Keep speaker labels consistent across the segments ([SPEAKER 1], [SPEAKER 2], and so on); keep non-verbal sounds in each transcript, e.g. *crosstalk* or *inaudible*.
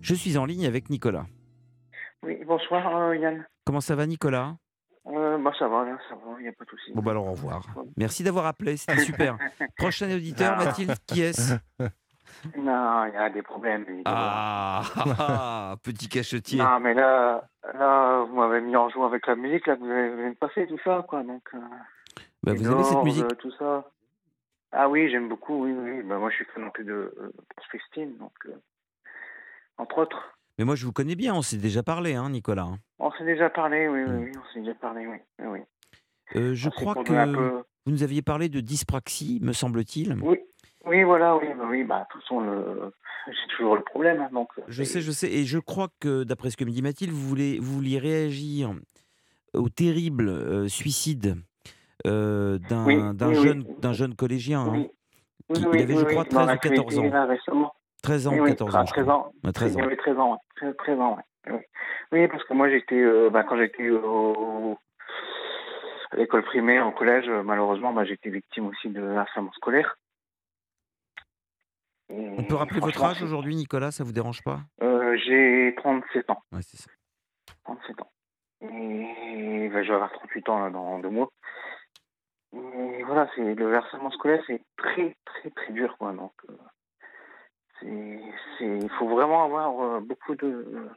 [SPEAKER 1] Je suis en ligne avec Nicolas.
[SPEAKER 2] Oui, bonsoir euh, Yann.
[SPEAKER 1] Comment ça va Nicolas
[SPEAKER 2] Euh, bah, ça va, là, ça va, il n'y a pas de souci.
[SPEAKER 1] Bon bah alors au revoir. Merci d'avoir appelé, c'était
[SPEAKER 2] *laughs*
[SPEAKER 1] super. Prochain auditeur, Mathilde, qui est-ce
[SPEAKER 2] Non, il y a des problèmes. évidemment.
[SPEAKER 1] ah, ah, *laughs* petit cachetier.
[SPEAKER 2] Non, mais là, là, vous m'avez mis en joue avec la musique, là, que vous avez vous avez passé tout ça, quoi. Donc, euh,
[SPEAKER 1] Bah,
[SPEAKER 2] les
[SPEAKER 1] vous aimez cette
[SPEAKER 2] Doors,
[SPEAKER 1] musique
[SPEAKER 2] euh, Tout ça. Ah oui, j'aime beaucoup, oui, oui. Bah, moi, je suis fan non plus de euh, Bruce Springsteen, donc, euh, entre autres.
[SPEAKER 1] Mais moi je vous connais bien, on s'est déjà parlé, hein, Nicolas. hein.
[SPEAKER 2] On s'est déjà parlé, oui, oui, oui, on s'est déjà parlé, oui. oui, oui.
[SPEAKER 1] Euh, je
[SPEAKER 2] On s'est
[SPEAKER 1] crois que
[SPEAKER 2] connu un peu-
[SPEAKER 1] vous nous aviez parlé de dyspraxie, me semble-t-il.
[SPEAKER 2] Oui, oui, voilà, oui, bah, oui, bah, de toute façon, le... j'ai toujours le problème, hein, donc.
[SPEAKER 1] Je sais, je sais, et je crois que d'après ce que me dit Mathilde, vous voulez, vous vouliez réagir au terrible euh, suicide euh, d'un
[SPEAKER 2] Oui,
[SPEAKER 1] d'un
[SPEAKER 2] oui, oui.
[SPEAKER 1] jeune, d'un jeune collégien, hein.
[SPEAKER 2] Oui.
[SPEAKER 1] Qui- il avait, je crois, 13
[SPEAKER 2] dans
[SPEAKER 1] ou
[SPEAKER 2] la crise,
[SPEAKER 1] 14 ans.
[SPEAKER 2] oui, là, récemment.
[SPEAKER 1] 13 ans
[SPEAKER 2] Oui,
[SPEAKER 1] ou
[SPEAKER 2] oui,
[SPEAKER 1] 14
[SPEAKER 2] à
[SPEAKER 1] ans. je
[SPEAKER 2] 13
[SPEAKER 1] crois.
[SPEAKER 2] ans.
[SPEAKER 1] À 13 ans.
[SPEAKER 2] Il avait 13 ans, ouais. 13 ans, ouais. oui. Oui, parce que moi, j'étais, euh, bah, quand j'étais euh, au- à l'école primaire, au collège, euh, malheureusement, bah, j'étais victime aussi de harcèlement scolaire. Et
[SPEAKER 1] On peut rappeler votre
[SPEAKER 2] franchement,
[SPEAKER 1] âge aujourd'hui, Nicolas, ça vous dérange pas
[SPEAKER 2] euh, J'ai 37 ans.
[SPEAKER 1] Ouais, c'est ça.
[SPEAKER 2] 37 ans. Et bah, je vais avoir 38 ans là, dans deux mois. Et voilà, c'est le versement scolaire, c'est très très très dur quoi. Donc, euh, c'est, c'est, il faut vraiment avoir euh, beaucoup de, euh,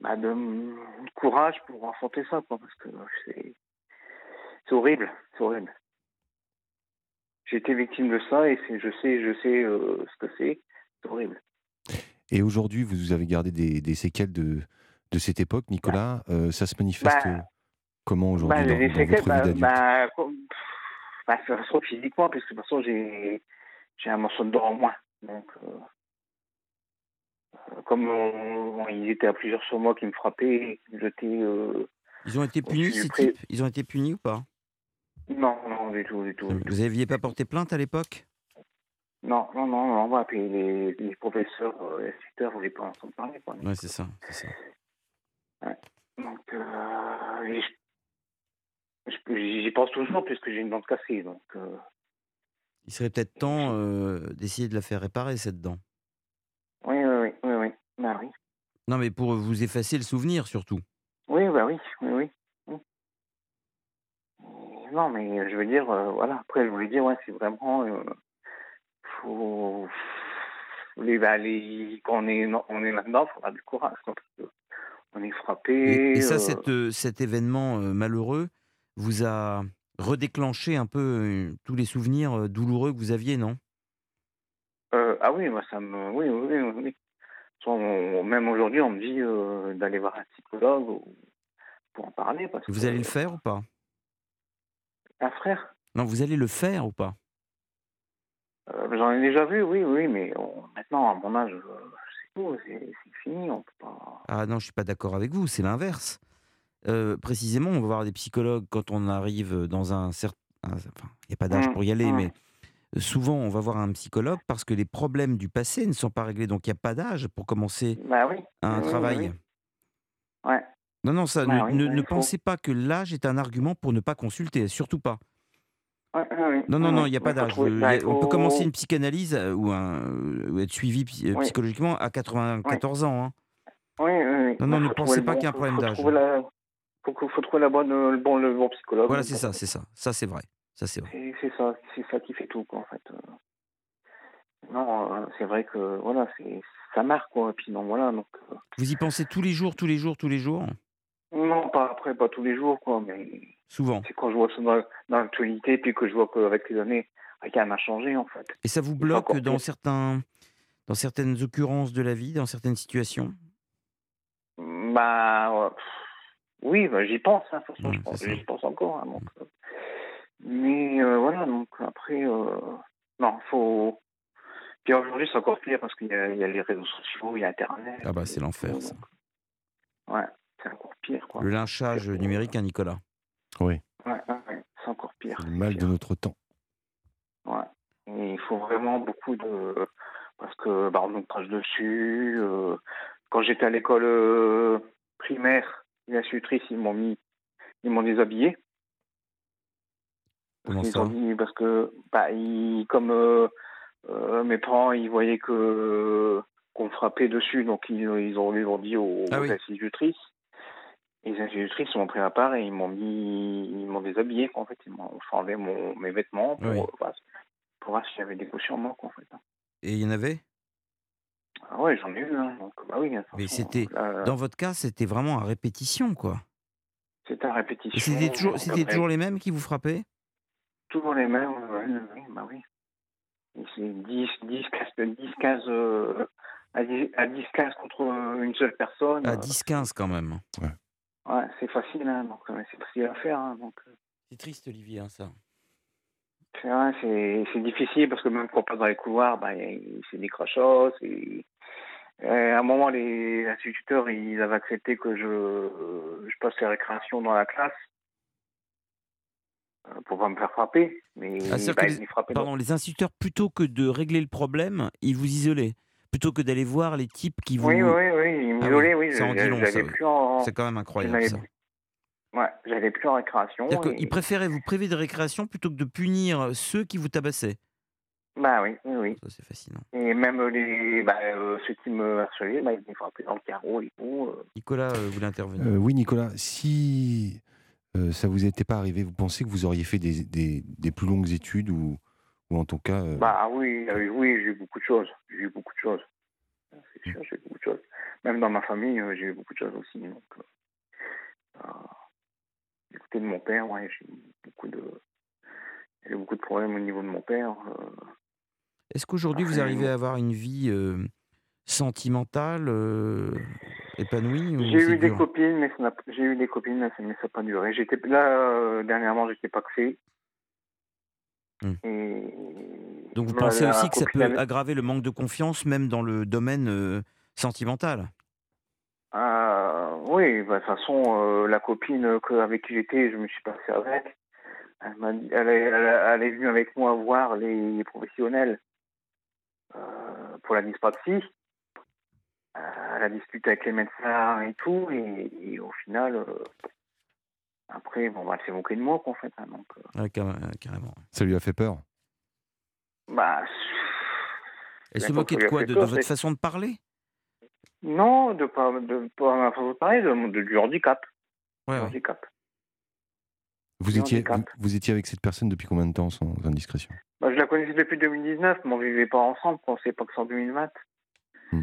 [SPEAKER 2] bah, de mm, courage pour affronter ça quoi, parce que c'est, c'est horrible, c'est horrible. J'ai été victime de ça et c'est, je sais, je sais euh, ce que c'est. C'est horrible.
[SPEAKER 3] Et aujourd'hui, vous avez gardé des, des séquelles de, de cette époque, Nicolas. Euh, ça se manifeste
[SPEAKER 2] Bah,
[SPEAKER 3] euh, comment aujourd'hui
[SPEAKER 2] bah,
[SPEAKER 3] dans,
[SPEAKER 2] les
[SPEAKER 3] dans votre vie
[SPEAKER 2] séquelles, bah,
[SPEAKER 3] d'adulte
[SPEAKER 2] bah, com- pff, bah, ça se trouve physiquement, parce que de toute façon, j'ai, j'ai un morceau de dent en moins. Donc, euh, euh, comme on- on- ils étaient à plusieurs sur moi qui me frappaient, qui me jetaient. euh,
[SPEAKER 1] Ils ont été
[SPEAKER 2] Je
[SPEAKER 1] punis,
[SPEAKER 2] suis
[SPEAKER 1] ces
[SPEAKER 2] prêt.
[SPEAKER 1] types Ils ont été punis ou pas
[SPEAKER 2] Non, non, du tout, du tout.
[SPEAKER 3] Ah
[SPEAKER 2] du tout.
[SPEAKER 1] Vous n'aviez pas porté plainte à l'époque
[SPEAKER 2] Non, non, non, non. ouais, puis les, les professeurs, euh, les tuteurs, on les pas entendu parler. Quoi.
[SPEAKER 1] Ouais, c'est ça. c'est ça.
[SPEAKER 2] Donc, euh, et je- je- j'y pense toujours, puisque j'ai une dent cassée. Donc, euh,
[SPEAKER 1] Il serait peut-être temps euh, d'essayer de la faire réparer, cette dent.
[SPEAKER 2] oui, oui, oui, oui, oui. Bah, oui.
[SPEAKER 1] Non, mais pour vous effacer le souvenir, surtout.
[SPEAKER 2] Oui, bah oui, oui, oui. oui. Euh, Non, mais euh, je veux dire, euh, voilà, après, je voulais dire, ouais, c'est vraiment. euh, faut. Les, bah, les- Quand on est, on est là-dedans, il faut avoir du courage. quoi, parce que on est frappé.
[SPEAKER 1] Et, et ça,
[SPEAKER 2] euh,
[SPEAKER 1] cette, euh, cet événement euh, malheureux vous a redéclenché un peu euh, tous les souvenirs euh, douloureux que vous aviez, non
[SPEAKER 2] euh, ah oui, moi, ça me. Oui, oui, oui. oui, oui. Soit on- même aujourd'hui, on me dit euh, d'aller voir un psychologue ou- pour en parler. Parce
[SPEAKER 1] Vous
[SPEAKER 2] que-
[SPEAKER 1] allez le faire ou pas
[SPEAKER 2] Un frère
[SPEAKER 1] Non, vous allez le faire ou pas
[SPEAKER 2] Euh, J'en ai déjà vu, oui, oui, mais on- maintenant, à mon âge, euh, c'est tout, c'est c'est fini, on peut pas.
[SPEAKER 1] Ah non, je suis pas d'accord avec vous, c'est l'inverse. Euh, précisément, on va voir des psychologues quand on arrive dans un certain... Enfin, il n'y a pas d'âge
[SPEAKER 2] Mm,
[SPEAKER 1] pour y aller,
[SPEAKER 2] mm.
[SPEAKER 1] mais euh, souvent, on va voir un psychologue parce que les problèmes du passé ne sont pas réglés, donc il n'y a pas d'âge pour commencer
[SPEAKER 2] Bah oui.
[SPEAKER 1] un
[SPEAKER 2] oui, oui,
[SPEAKER 1] travail.
[SPEAKER 2] oui. Ouais.
[SPEAKER 1] Non, non, ça,
[SPEAKER 2] Bah
[SPEAKER 1] ne,
[SPEAKER 2] oui,
[SPEAKER 1] ne-
[SPEAKER 2] oui,
[SPEAKER 1] ne
[SPEAKER 2] il faut.
[SPEAKER 1] pensez pas que l'âge est un argument pour ne pas consulter, surtout pas.
[SPEAKER 2] Ouais, ouais, ouais.
[SPEAKER 1] Non, non, non, il n'y a pas
[SPEAKER 2] Mmh, faut
[SPEAKER 1] d'âge.
[SPEAKER 2] trouver-
[SPEAKER 1] Euh,
[SPEAKER 2] bah,
[SPEAKER 1] y a- On peut
[SPEAKER 2] faut-
[SPEAKER 1] commencer une psychanalyse euh, ou, un- euh, ou être suivi psy- euh,
[SPEAKER 2] Oui.
[SPEAKER 1] psychologiquement à 94 ans. hein.
[SPEAKER 2] Oui, oui, oui.
[SPEAKER 1] Non, non,
[SPEAKER 2] Faut
[SPEAKER 1] ne
[SPEAKER 2] trouver
[SPEAKER 1] pensez
[SPEAKER 2] le
[SPEAKER 1] pas
[SPEAKER 2] bon-
[SPEAKER 1] qu'il y a un
[SPEAKER 2] faut-
[SPEAKER 1] problème
[SPEAKER 2] faut
[SPEAKER 1] d'âge.
[SPEAKER 2] trouver la- Faut, que- faut trouver la bonne, euh, le, bon, le bon psychologue.
[SPEAKER 1] Voilà, c'est ça,
[SPEAKER 2] Bon,
[SPEAKER 1] c'est ça. Ça, c'est vrai. Ça, c'est vrai.
[SPEAKER 2] C'est c'est ça, c'est ça qui fait tout, quoi, en fait. euh. Non, euh, c'est vrai que, voilà, c'est ça marque, quoi. Et puis, non, voilà, donc. euh,
[SPEAKER 1] Vous y pensez tous les jours, tous les jours, tous les jours
[SPEAKER 2] Non, pas après, pas tous les jours, quoi, mais.
[SPEAKER 1] Souvent.
[SPEAKER 2] C'est quand je vois ça dans, dans l'actualité, puis que je vois qu'avec les années, rien n'a changé en fait.
[SPEAKER 1] Et ça vous
[SPEAKER 2] pas
[SPEAKER 1] bloque
[SPEAKER 2] encore
[SPEAKER 1] dans,
[SPEAKER 2] plus.
[SPEAKER 1] certains, dans certaines occurrences de la vie, dans certaines situations
[SPEAKER 2] Bah euh, pff, oui, bah, j'y pense, hein, de toute façon,
[SPEAKER 1] Ouais,
[SPEAKER 2] je pense-
[SPEAKER 1] Mm, c'est ça.
[SPEAKER 2] j'y pense encore. hein, donc, euh, mais euh, voilà, donc après, euh, non, faut. Puis aujourd'hui, c'est encore pire parce qu'il y, a- il y a les réseaux sociaux, il y a Internet.
[SPEAKER 1] Ah bah, c'est l'enfer,
[SPEAKER 2] Donc,
[SPEAKER 1] ça.
[SPEAKER 2] Ouais, c'est encore pire, quoi.
[SPEAKER 1] Le lynchage numérique, hein, Nicolas.
[SPEAKER 2] Ouais, ouais, ouais, c'est encore pire.
[SPEAKER 3] Le mal de notre temps.
[SPEAKER 2] Ouais. Et il faut vraiment beaucoup de. Parce que bah, on nous crache dessus. euh, Quand j'étais à l'école euh, primaire, les instructrices, ils m'ont mis. Ils m'ont déshabillé.
[SPEAKER 1] Comment
[SPEAKER 2] ils
[SPEAKER 1] ça
[SPEAKER 2] ont dit parce que bah, ils- comme euh, euh, mes parents, ils voyaient que qu'on frappait dessus. Donc, ils, ils ont, ils ont dit aux,
[SPEAKER 1] Ah oui.
[SPEAKER 2] aux institutrices. Les institutrices m'ont pris à part et ils m'ont mis, ils m'ont déshabillé, quoi, en fait. Ils m'ont enfin, enlevé mon, mes vêtements pour,
[SPEAKER 1] Oui.
[SPEAKER 2] euh, voilà, pour voir s'il y avait des coups sur moi, quoi, en fait.
[SPEAKER 1] Et il y en avait
[SPEAKER 2] Ah ouais, j'en ai eu, hein. Donc, bah oui,
[SPEAKER 1] Mais
[SPEAKER 2] forcément,
[SPEAKER 1] c'était
[SPEAKER 2] là,
[SPEAKER 1] Dans votre cas, c'était vraiment à répétition, quoi.
[SPEAKER 2] C'était à répétition.
[SPEAKER 1] Et C'était toujours, c'était
[SPEAKER 2] Après,
[SPEAKER 1] toujours les mêmes qui vous frappaient
[SPEAKER 2] Toujours les mêmes, ouais, ouais, ouais, bah oui. Et C'est 10, 10, 15, 10, 15 euh, à 10, à 10, 15 contre euh, une seule personne.
[SPEAKER 1] À
[SPEAKER 2] euh,
[SPEAKER 1] 10-15 quand même.
[SPEAKER 2] Ouais, c'est facile, hein, donc euh, c'est facile à faire. hein, donc, euh,
[SPEAKER 1] C'est triste, Olivier, hein, ça.
[SPEAKER 2] c'est vrai, c'est c'est difficile parce que même quand on passe dans les couloirs, bah, il- c'est des crachos. c'est- Euh, À un moment, les instituteurs, ils avaient accepté que je, euh, je passe les récréations dans la classe euh, pour pas me faire frapper. Mais
[SPEAKER 1] Ah, c'est-à-dire
[SPEAKER 2] bah,
[SPEAKER 1] que les-
[SPEAKER 2] ils me frappaient dans-
[SPEAKER 1] Pardon, les instituteurs, plutôt que de régler le problème, ils vous isolaient. Plutôt que d'aller voir les types qui vous...
[SPEAKER 2] Oui, oui, oui, ils
[SPEAKER 1] Ah oui,
[SPEAKER 2] m'isolaient, oui.
[SPEAKER 1] ça en dit
[SPEAKER 2] j'allais-
[SPEAKER 1] long, ça,
[SPEAKER 2] j'allais
[SPEAKER 1] oui.
[SPEAKER 2] plus en...
[SPEAKER 1] C'est quand même incroyable,
[SPEAKER 2] Ils
[SPEAKER 1] ça.
[SPEAKER 2] m'avaient- Ouais, j'allais plus en récréation.
[SPEAKER 1] C'est-à-dire
[SPEAKER 2] et-
[SPEAKER 1] qu'ils préféraient vous priver de récréation plutôt que de punir euh, ceux qui vous tabassaient.
[SPEAKER 2] Bah oui, oui, oui.
[SPEAKER 1] Ça, c'est fascinant.
[SPEAKER 2] Et même les, bah, euh, ceux qui me harcelaient, bah, ils me frappaient dans le carreau et tout. euh.
[SPEAKER 1] Nicolas euh, voulait intervenir.
[SPEAKER 3] Euh, oui, Nicolas, si euh, ça vous était pas arrivé, vous pensez que vous auriez fait des, des- des plus longues études ou, ou en tout cas. euh,
[SPEAKER 2] Bah oui, euh, oui, j'ai eu beaucoup de choses. J'ai eu beaucoup de choses. Ah, C'est sûr, j'ai eu beaucoup de choses. Même dans ma famille, euh, j'ai eu beaucoup de choses aussi. Donc, euh, euh, du côté de mon père, ouais, j'ai eu beaucoup de, j'ai eu beaucoup de problèmes au niveau de mon père. euh,
[SPEAKER 1] Est-ce qu'aujourd'hui, vous
[SPEAKER 2] Après,
[SPEAKER 1] arrivez à avoir une vie euh, sentimentale, euh, épanouie ou
[SPEAKER 2] J'ai
[SPEAKER 1] c'est
[SPEAKER 2] eu des
[SPEAKER 1] dur
[SPEAKER 2] copines, mais ça n'a j'ai eu des copines, mais ça n'a pas duré. J'étais là euh, dernièrement, j'étais pas que
[SPEAKER 1] Hmm.
[SPEAKER 2] Et
[SPEAKER 1] Donc vous
[SPEAKER 2] ma-
[SPEAKER 1] pensez
[SPEAKER 2] la
[SPEAKER 1] aussi que ça
[SPEAKER 2] copine
[SPEAKER 1] peut
[SPEAKER 2] avec-
[SPEAKER 1] aggraver le manque de confiance, même dans le domaine euh, sentimental
[SPEAKER 2] Ah, oui, bah, de toute façon, euh, la copine que- avec qui j'étais, je me suis passé avec. Elle, m'a dit- elle, est, elle est- elle est venue avec moi voir les professionnels euh, pour la dyspraxie. Euh, elle a discuté avec les médecins et tout, et, et au final, euh, après, bon, bah, elle s'est moquée de moi, quoi, en fait. hein, donc, euh,
[SPEAKER 1] Ouais, carré- euh, Carrément.
[SPEAKER 3] Ça lui a fait peur
[SPEAKER 2] bah,
[SPEAKER 1] Et
[SPEAKER 2] La
[SPEAKER 1] se moquer de
[SPEAKER 2] contre-
[SPEAKER 1] quoi
[SPEAKER 2] la
[SPEAKER 1] de, de
[SPEAKER 2] peur,
[SPEAKER 1] votre
[SPEAKER 2] c'est-
[SPEAKER 1] façon de parler
[SPEAKER 2] non, de pas, de pas ma façon de parler, de, de- du handicap.
[SPEAKER 1] Ouais,
[SPEAKER 2] du
[SPEAKER 1] ouais.
[SPEAKER 2] handicap.
[SPEAKER 3] vous
[SPEAKER 2] Du
[SPEAKER 3] étiez, vous,
[SPEAKER 2] handicap.
[SPEAKER 3] vous étiez avec cette personne depuis combien de temps, sans indiscrétion
[SPEAKER 2] Bah, je la connaissais depuis 2019, mais on vivait pas ensemble, quoi, on sait pas que c'est en 2020.
[SPEAKER 3] Hmm.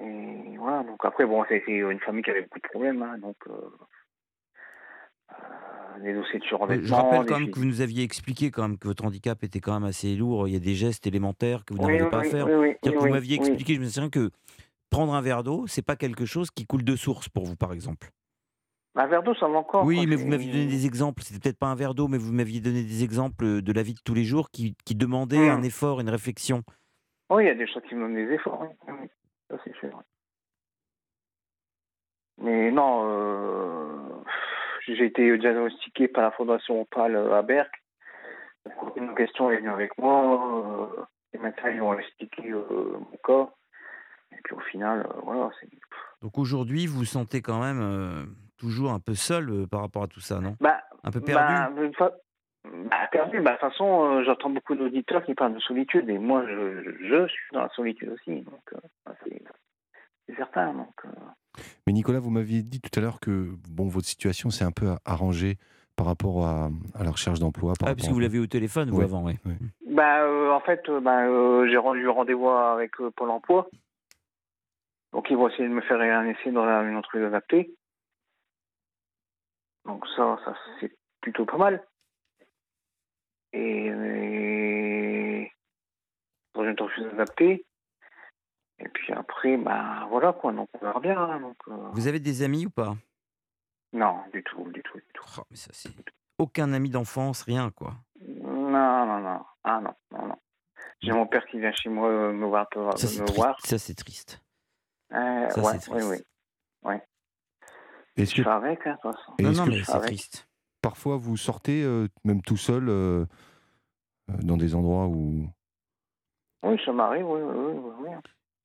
[SPEAKER 2] Et voilà, donc après, bon, c'était une famille qui avait beaucoup de problèmes, hein, donc euh, euh, des dossiers de
[SPEAKER 1] Euh,
[SPEAKER 2] surendettement.
[SPEAKER 1] Je rappelle
[SPEAKER 2] des
[SPEAKER 1] quand même
[SPEAKER 2] fi-
[SPEAKER 1] que vous nous aviez expliqué quand même que votre handicap était quand même assez lourd. Il y a des gestes élémentaires que vous
[SPEAKER 2] Oui,
[SPEAKER 1] n'arrivez
[SPEAKER 2] oui,
[SPEAKER 1] pas à
[SPEAKER 2] oui,
[SPEAKER 1] faire.
[SPEAKER 2] oui, oui,
[SPEAKER 1] C'est-à-dire que
[SPEAKER 2] oui,
[SPEAKER 1] vous m'aviez
[SPEAKER 2] oui.
[SPEAKER 1] expliqué, je me souviens que prendre un verre d'eau, c'est pas quelque chose qui coule de source pour vous, par exemple.
[SPEAKER 2] Un verre d'eau, ça va encore.
[SPEAKER 1] oui,
[SPEAKER 2] quoi,
[SPEAKER 1] mais
[SPEAKER 2] Oh, c'est-
[SPEAKER 1] vous m'aviez donné des exemples. C'était peut-être pas un verre d'eau, mais vous m'aviez donné des exemples euh, de la vie de tous les jours qui, qui demandaient
[SPEAKER 2] Mm.
[SPEAKER 1] un effort, une réflexion.
[SPEAKER 2] Oui, il y a des choses qui me donnent des efforts. oui, oui, oui. Ça, c'est sûr. Mais non, euh, j'ai été diagnostiqué par la Fondation Opal euh, à Berck. Une question est venue avec moi. euh, Les médecins ils ont expliqué euh, mon corps. Et puis au final, euh, voilà, c'est.
[SPEAKER 1] Donc aujourd'hui, vous vous sentez quand même euh, toujours un peu seul euh, par rapport à tout ça, non
[SPEAKER 2] Bah,
[SPEAKER 1] Un peu perdu
[SPEAKER 2] Bah, une fois- bah, perdu. Bah, de toute façon, euh, j'entends beaucoup d'auditeurs qui parlent de solitude et moi, je, je- je suis dans la solitude aussi. Donc, euh, bah, c'est c'est certain. Donc, euh,
[SPEAKER 3] Mais Nicolas, vous m'aviez dit tout à l'heure que bon, votre situation s'est un peu a- arrangée par rapport à, à la recherche d'emploi. par
[SPEAKER 1] Ah,
[SPEAKER 3] rapport
[SPEAKER 1] puisque
[SPEAKER 3] à-
[SPEAKER 1] vous l'avez au téléphone, vous,
[SPEAKER 3] Ouais.
[SPEAKER 1] avant, oui.
[SPEAKER 2] Bah, euh, en fait, euh, bah, euh, j'ai rendu rendez-vous avec euh, Pôle emploi. Donc, ils vont essayer de me faire un essai dans la- une entreprise adaptée. Donc, ça, ça c'est plutôt pas mal. Et, et dans une entreprise adaptée. Et puis après, bah, voilà quoi. Donc, on verra bien. hein, donc, euh,
[SPEAKER 1] Vous avez des amis ou pas
[SPEAKER 2] Non, du tout, du tout, du tout.
[SPEAKER 1] Oh, mais ça, c'est- Aucun ami d'enfance, rien, quoi.
[SPEAKER 2] Non, non, non. Ah non, non, non. J'ai mon père qui vient chez moi euh, me voir.
[SPEAKER 1] Ça, c'est
[SPEAKER 2] Me
[SPEAKER 1] triste.
[SPEAKER 2] voir.
[SPEAKER 1] Ça, c'est triste.
[SPEAKER 2] Euh,
[SPEAKER 1] Ça,
[SPEAKER 2] ouais,
[SPEAKER 1] c'est
[SPEAKER 2] oui,
[SPEAKER 1] triste.
[SPEAKER 2] oui.
[SPEAKER 3] Est-ce
[SPEAKER 2] Je
[SPEAKER 3] que
[SPEAKER 2] suis avec, hein, de toute façon.
[SPEAKER 3] Et
[SPEAKER 1] non,
[SPEAKER 3] est-ce
[SPEAKER 1] non,
[SPEAKER 3] que-
[SPEAKER 1] mais c'est
[SPEAKER 2] Ah ouais.
[SPEAKER 1] triste.
[SPEAKER 3] parfois vous sortez, euh, même tout seul, euh, euh, dans des endroits où.
[SPEAKER 2] Oui, ça m'arrive, oui, oui, oui, oui, oui.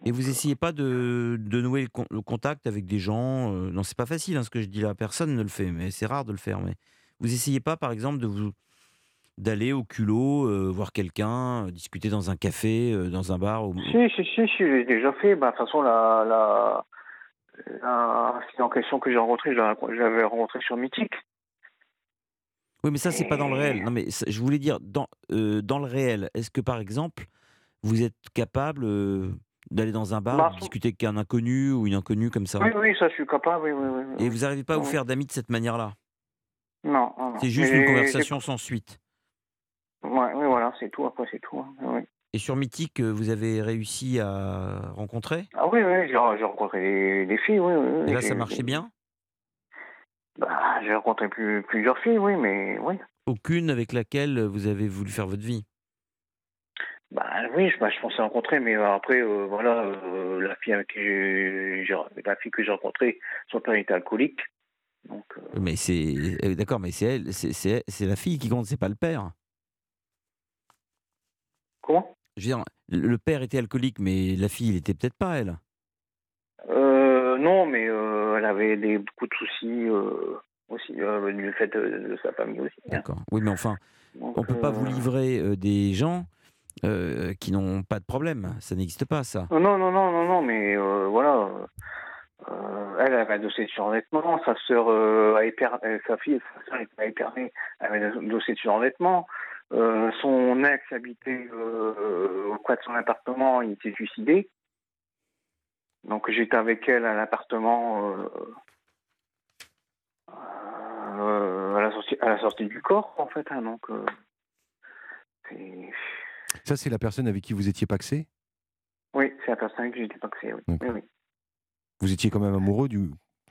[SPEAKER 1] Et vous essayez pas de, de nouer le, con- le contact avec des gens euh, Non, c'est pas facile, hein, ce que je dis là. Personne ne le fait, mais c'est rare de le faire. Mais vous essayez pas, par exemple, de vous d'aller au culot euh, voir quelqu'un, euh, discuter dans un café, euh, dans un bar. ou-
[SPEAKER 2] Si, si, si, si, j'ai déjà fait. Bah, de toute façon, la, la, la fille en question que j'ai rencontrée, je la- je l'avais rencontrée sur Mythique.
[SPEAKER 1] Oui, mais ça, c'est pas dans le réel. Non, mais ça- je voulais dire, dans, euh, dans le réel, est-ce que par exemple, vous êtes capable euh, d'aller dans un bar,
[SPEAKER 2] Bah,
[SPEAKER 1] de discuter avec un inconnu ou une inconnue comme ça
[SPEAKER 2] Oui, oui, ça, je suis capable, oui, oui, oui. oui.
[SPEAKER 1] Et vous n'arrivez pas à vous
[SPEAKER 2] Oui.
[SPEAKER 1] faire d'amis de cette manière-là
[SPEAKER 2] Non, non, non.
[SPEAKER 1] C'est juste
[SPEAKER 2] Mais
[SPEAKER 1] une
[SPEAKER 2] j'ai-
[SPEAKER 1] conversation sans suite.
[SPEAKER 2] Ouais, oui, voilà, c'est tout, après, c'est tout. hein. Oui.
[SPEAKER 1] Et sur Mythique, euh, vous avez réussi à rencontrer
[SPEAKER 2] Ah oui, oui, j'ai j'ai rencontré des, des filles, oui, oui. oui,
[SPEAKER 1] Et là,
[SPEAKER 2] j'ai-
[SPEAKER 1] ça marchait bien
[SPEAKER 2] Bah, j'ai rencontré plus- plusieurs filles, oui, mais oui.
[SPEAKER 1] Aucune avec laquelle euh, vous avez voulu faire votre vie
[SPEAKER 2] Bah oui, je, bah, je pensais rencontrer, mais euh, après, euh, voilà, euh, la fille avec qui j'ai- j'ai- la fille que j'ai rencontrée, son père était alcoolique. Donc, euh,
[SPEAKER 1] Mais c'est. euh, D'accord, mais c'est elle, c'est- c'est c'est la fille qui compte, c'est pas le père.
[SPEAKER 2] comment
[SPEAKER 1] Je veux dire, le père était alcoolique, mais la fille, il était peut-être pas elle.
[SPEAKER 2] euh, Non, mais euh, elle avait des, beaucoup de soucis euh, aussi, euh, du fait de, de sa famille aussi. hein.
[SPEAKER 1] D'accord. Oui, mais enfin,
[SPEAKER 2] Donc,
[SPEAKER 1] on peut pas vous
[SPEAKER 2] euh,
[SPEAKER 1] livrer euh, des gens euh, qui n'ont pas de problème. Ça n'existe pas, ça.
[SPEAKER 2] Non, non, non, non, non, mais euh, voilà. euh, euh, elle avait un dossier de surendettement, sa sœur euh, a éper- euh, sa fille, sa sœur a éperné, elle avait un dossier de surendettement. Euh, son ex habitait euh, au coin de son appartement, il s'est suicidé. Donc j'étais avec elle à l'appartement euh, euh, à, la sortie, à la sortie du corps, en fait. hein, donc euh, c'est-
[SPEAKER 3] Ça, c'est la personne avec qui vous étiez paxé
[SPEAKER 2] oui, c'est la personne que j'étais paxé, oui.
[SPEAKER 3] D'accord.
[SPEAKER 2] oui, oui.
[SPEAKER 3] Vous étiez quand même amoureux du.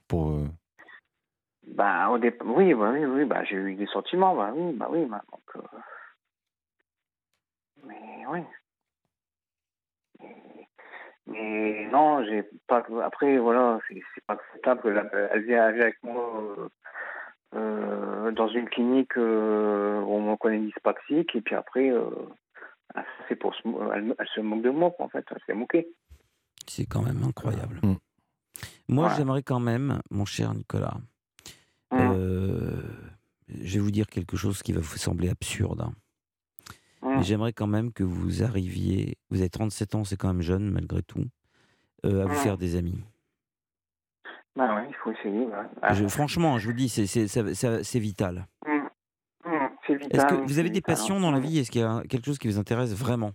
[SPEAKER 3] Pour, euh,
[SPEAKER 2] Bah, au départ, oui, bah, oui, oui, bah, j'ai eu des sentiments, bah oui, bah oui, bah, donc, euh, mais oui. Mais, mais non, j'ai pas. Après, voilà, c'est c'est pas acceptable que la- elle vient elle vient avec moi euh, euh, dans une clinique euh, où on me connaît dyspaxique et puis après, euh, elle, c'est pour se mo- elle, elle se moque de moi, quoi, en fait, elle s'est moquée.
[SPEAKER 1] C'est quand même incroyable.
[SPEAKER 3] Mm.
[SPEAKER 1] Moi,
[SPEAKER 2] Voilà.
[SPEAKER 1] j'aimerais quand même, mon cher Nicolas,
[SPEAKER 2] Mmh,
[SPEAKER 1] euh, je vais vous dire quelque chose qui va vous sembler absurde. hein.
[SPEAKER 2] Mmh, mmh.
[SPEAKER 1] Mais J'aimerais quand même que vous arriviez, vous avez 37 ans, c'est quand même jeune malgré tout, euh, à vous
[SPEAKER 2] Mm.
[SPEAKER 1] faire des amis.
[SPEAKER 2] Bah oui, il faut essayer. bah. Ah,
[SPEAKER 1] Je- franchement, hein, je vous dis, c'est- c'est ça- ça- c'est vital.
[SPEAKER 2] mmh, mmh, c'est
[SPEAKER 1] Est-ce que
[SPEAKER 2] vital,
[SPEAKER 1] vous
[SPEAKER 2] c'est
[SPEAKER 1] avez des
[SPEAKER 2] vital,
[SPEAKER 1] passions
[SPEAKER 2] hein.
[SPEAKER 1] dans la vie Est-ce qu'il y a quelque chose qui vous intéresse vraiment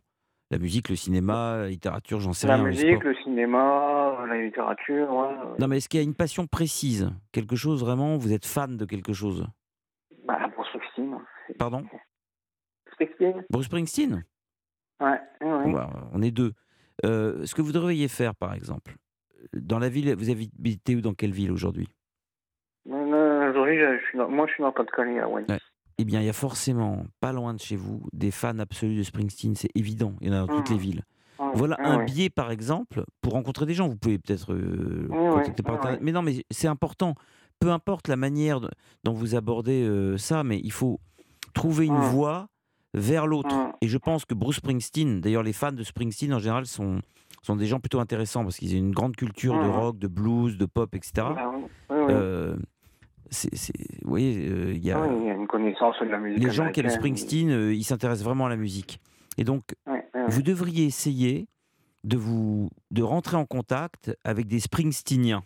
[SPEAKER 1] La musique, le cinéma, la littérature, j'en sais
[SPEAKER 2] La
[SPEAKER 1] rien. le
[SPEAKER 2] musique,
[SPEAKER 1] sport.
[SPEAKER 2] le cinéma, la littérature, ouais.
[SPEAKER 1] Non, mais est-ce qu'il y a une passion précise Quelque chose vraiment, vous êtes fan de quelque chose
[SPEAKER 2] Bah, pour Springsteen.
[SPEAKER 1] Pardon
[SPEAKER 2] Springsteen
[SPEAKER 1] Bruce Springsteen
[SPEAKER 2] Ouais, ouais, ouais.
[SPEAKER 1] Bon, bah, on est deux. Euh, ce que vous devriez faire, par exemple, dans la ville, vous habitez où dans quelle ville aujourd'hui
[SPEAKER 2] Non, non, Aujourd'hui, je je suis dans- moi, je suis dans le Pas-de-Calais, à Wayne.
[SPEAKER 1] Ouais. Eh bien, il y a forcément, pas loin de chez vous, des fans absolus de Springsteen, c'est évident, il y en a dans toutes
[SPEAKER 2] Mhm.
[SPEAKER 1] les villes.
[SPEAKER 2] Ouais, ah
[SPEAKER 1] Voilà
[SPEAKER 2] ouais,
[SPEAKER 1] un
[SPEAKER 2] ouais.
[SPEAKER 1] billet, par exemple, pour rencontrer des gens. Vous pouvez peut-être euh,
[SPEAKER 2] Oui, Ah
[SPEAKER 1] contacter
[SPEAKER 2] oui,
[SPEAKER 1] par
[SPEAKER 2] oui,
[SPEAKER 1] Internet.
[SPEAKER 2] oui.
[SPEAKER 1] Mais non, mais c'est important. Peu importe la manière de- dont vous abordez euh, ça, mais il faut trouver une
[SPEAKER 2] Mm.
[SPEAKER 1] voie vers l'autre.
[SPEAKER 2] Mm.
[SPEAKER 1] Et je pense que Bruce Springsteen, d'ailleurs, les fans de Springsteen en général sont, sont des gens plutôt intéressants parce qu'ils ont une grande culture de
[SPEAKER 2] Mm.
[SPEAKER 1] rock, de blues, de pop, etc.
[SPEAKER 2] Bah oui, oui, oui.
[SPEAKER 1] Euh, c'est- c'est- vous voyez, euh, il y a
[SPEAKER 2] Ah oui, il y a une connaissance de la musique.
[SPEAKER 1] les gens qui aiment
[SPEAKER 2] américaine.
[SPEAKER 1] Springsteen, euh, ils s'intéressent vraiment à la musique. Et donc,
[SPEAKER 2] Ouais, ouais, ouais.
[SPEAKER 1] vous devriez essayer de vous de rentrer en contact avec des Springsteeniens.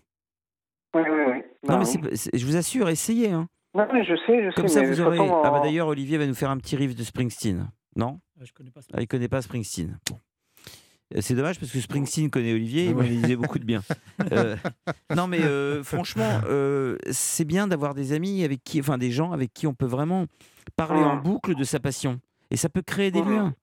[SPEAKER 2] Ouais, ouais, ouais.
[SPEAKER 1] non
[SPEAKER 2] Bah
[SPEAKER 1] mais
[SPEAKER 2] oui.
[SPEAKER 1] c'est pas- c'est- je vous assure, essayez. hein.
[SPEAKER 2] Non, mais je sais, je sais.
[SPEAKER 1] Comme ça
[SPEAKER 2] mais
[SPEAKER 1] vous
[SPEAKER 2] de toute
[SPEAKER 1] aurez.
[SPEAKER 2] façon, euh,
[SPEAKER 1] Ah bah
[SPEAKER 2] en-
[SPEAKER 1] d'ailleurs Olivier va nous faire un petit riff de Springsteen. Non,
[SPEAKER 4] Ah, Je connais pas ça.
[SPEAKER 1] ah, il connaît pas Springsteen. Bon. Euh, C'est dommage parce que Springsteen connaît Olivier,
[SPEAKER 4] Ah ouais.
[SPEAKER 1] il lui disait beaucoup
[SPEAKER 4] *laughs*
[SPEAKER 1] de bien. Euh, non mais euh, franchement, euh, c'est bien d'avoir des amis avec qui, enfin des gens avec qui on peut vraiment parler en
[SPEAKER 2] Mhm.
[SPEAKER 1] boucle de sa passion et ça peut créer des
[SPEAKER 2] Mhm.
[SPEAKER 1] liens.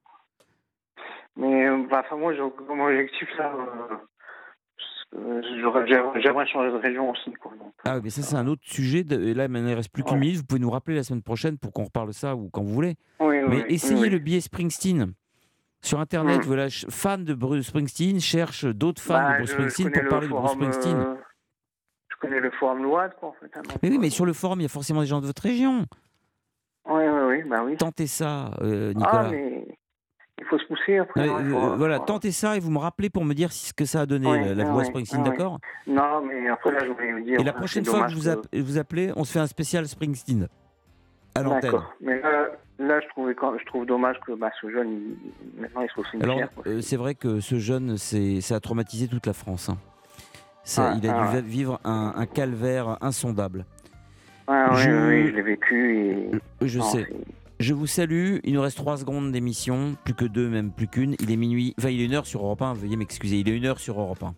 [SPEAKER 2] Mais euh, bah, enfin, moi, j'ai- mon objectif, là, euh, euh, j'aurais- j'aimerais j'aimerais changer de région aussi. Quoi, donc,
[SPEAKER 1] Ah oui, mais ça, c'est un autre sujet. de- Et là, il ne reste plus qu'une
[SPEAKER 2] Ouais.
[SPEAKER 1] minute. Vous pouvez nous rappeler la semaine prochaine pour qu'on reparle de ça ou quand vous voulez.
[SPEAKER 2] oui, oui,
[SPEAKER 1] mais
[SPEAKER 2] oui,
[SPEAKER 1] essayez
[SPEAKER 2] oui.
[SPEAKER 1] le billet Springsteen. Sur Internet,
[SPEAKER 2] Mm.
[SPEAKER 1] voilà, ch- fan de Bruce Springsteen cherche d'autres fans
[SPEAKER 2] Bah,
[SPEAKER 1] de Bruce
[SPEAKER 2] je- je
[SPEAKER 1] Springsteen
[SPEAKER 2] connais
[SPEAKER 1] pour
[SPEAKER 2] le
[SPEAKER 1] parler de Bruce
[SPEAKER 2] forum,
[SPEAKER 1] Springsteen.
[SPEAKER 2] euh, je connais le forum Loire, quoi, en fait. hein, donc,
[SPEAKER 1] Mais oui, mais
[SPEAKER 2] euh,
[SPEAKER 1] sur le forum, il y a forcément des gens de votre région.
[SPEAKER 2] Oui, oui, oui, bah oui.
[SPEAKER 1] Tentez ça, euh,
[SPEAKER 2] Ah,
[SPEAKER 1] Nicolas.
[SPEAKER 2] mais il faut se pousser après.
[SPEAKER 1] Non,
[SPEAKER 2] hein,
[SPEAKER 1] mais,
[SPEAKER 2] faut-
[SPEAKER 1] euh, voilà,
[SPEAKER 2] faut-
[SPEAKER 1] tentez ça et vous me rappelez pour me dire si- ce que ça a donné,
[SPEAKER 2] Ouais,
[SPEAKER 1] la, la
[SPEAKER 2] ouais,
[SPEAKER 1] voix
[SPEAKER 2] ouais,
[SPEAKER 1] Springsteen,
[SPEAKER 2] ouais.
[SPEAKER 1] d'accord
[SPEAKER 2] Non, mais après, là, je voulais vous dire. euh,
[SPEAKER 1] Et la
[SPEAKER 2] c'est
[SPEAKER 1] prochaine fois que
[SPEAKER 2] dommage
[SPEAKER 1] vous, app- vous appelez, on se fait un spécial Springsteen à l'antenne.
[SPEAKER 2] D'accord. Mais là, là, je, trouvais, quand- je trouve dommage que bah, ce jeune, il- maintenant, il se retrouve
[SPEAKER 1] Alors,
[SPEAKER 2] cimetière. quoi.
[SPEAKER 1] euh, c'est vrai que ce jeune, c'est, ça a traumatisé toute la France. hein. Ça,
[SPEAKER 2] Ah,
[SPEAKER 1] il a
[SPEAKER 2] ah
[SPEAKER 1] dû
[SPEAKER 2] ouais.
[SPEAKER 1] va- vivre un, un calvaire insondable.
[SPEAKER 2] Ouais, ouais,
[SPEAKER 1] je-
[SPEAKER 2] ouais, je l'ai vécu et.
[SPEAKER 1] Euh, Je
[SPEAKER 2] Non,
[SPEAKER 1] sais.
[SPEAKER 2] c'est-
[SPEAKER 1] Je vous salue. Il nous reste 3 secondes d'émission. Plus que deux, même plus qu'une. Il est minuit. Enfin, il est une heure sur Europe 1. Veuillez m'excuser. Il est une heure sur Europe 1.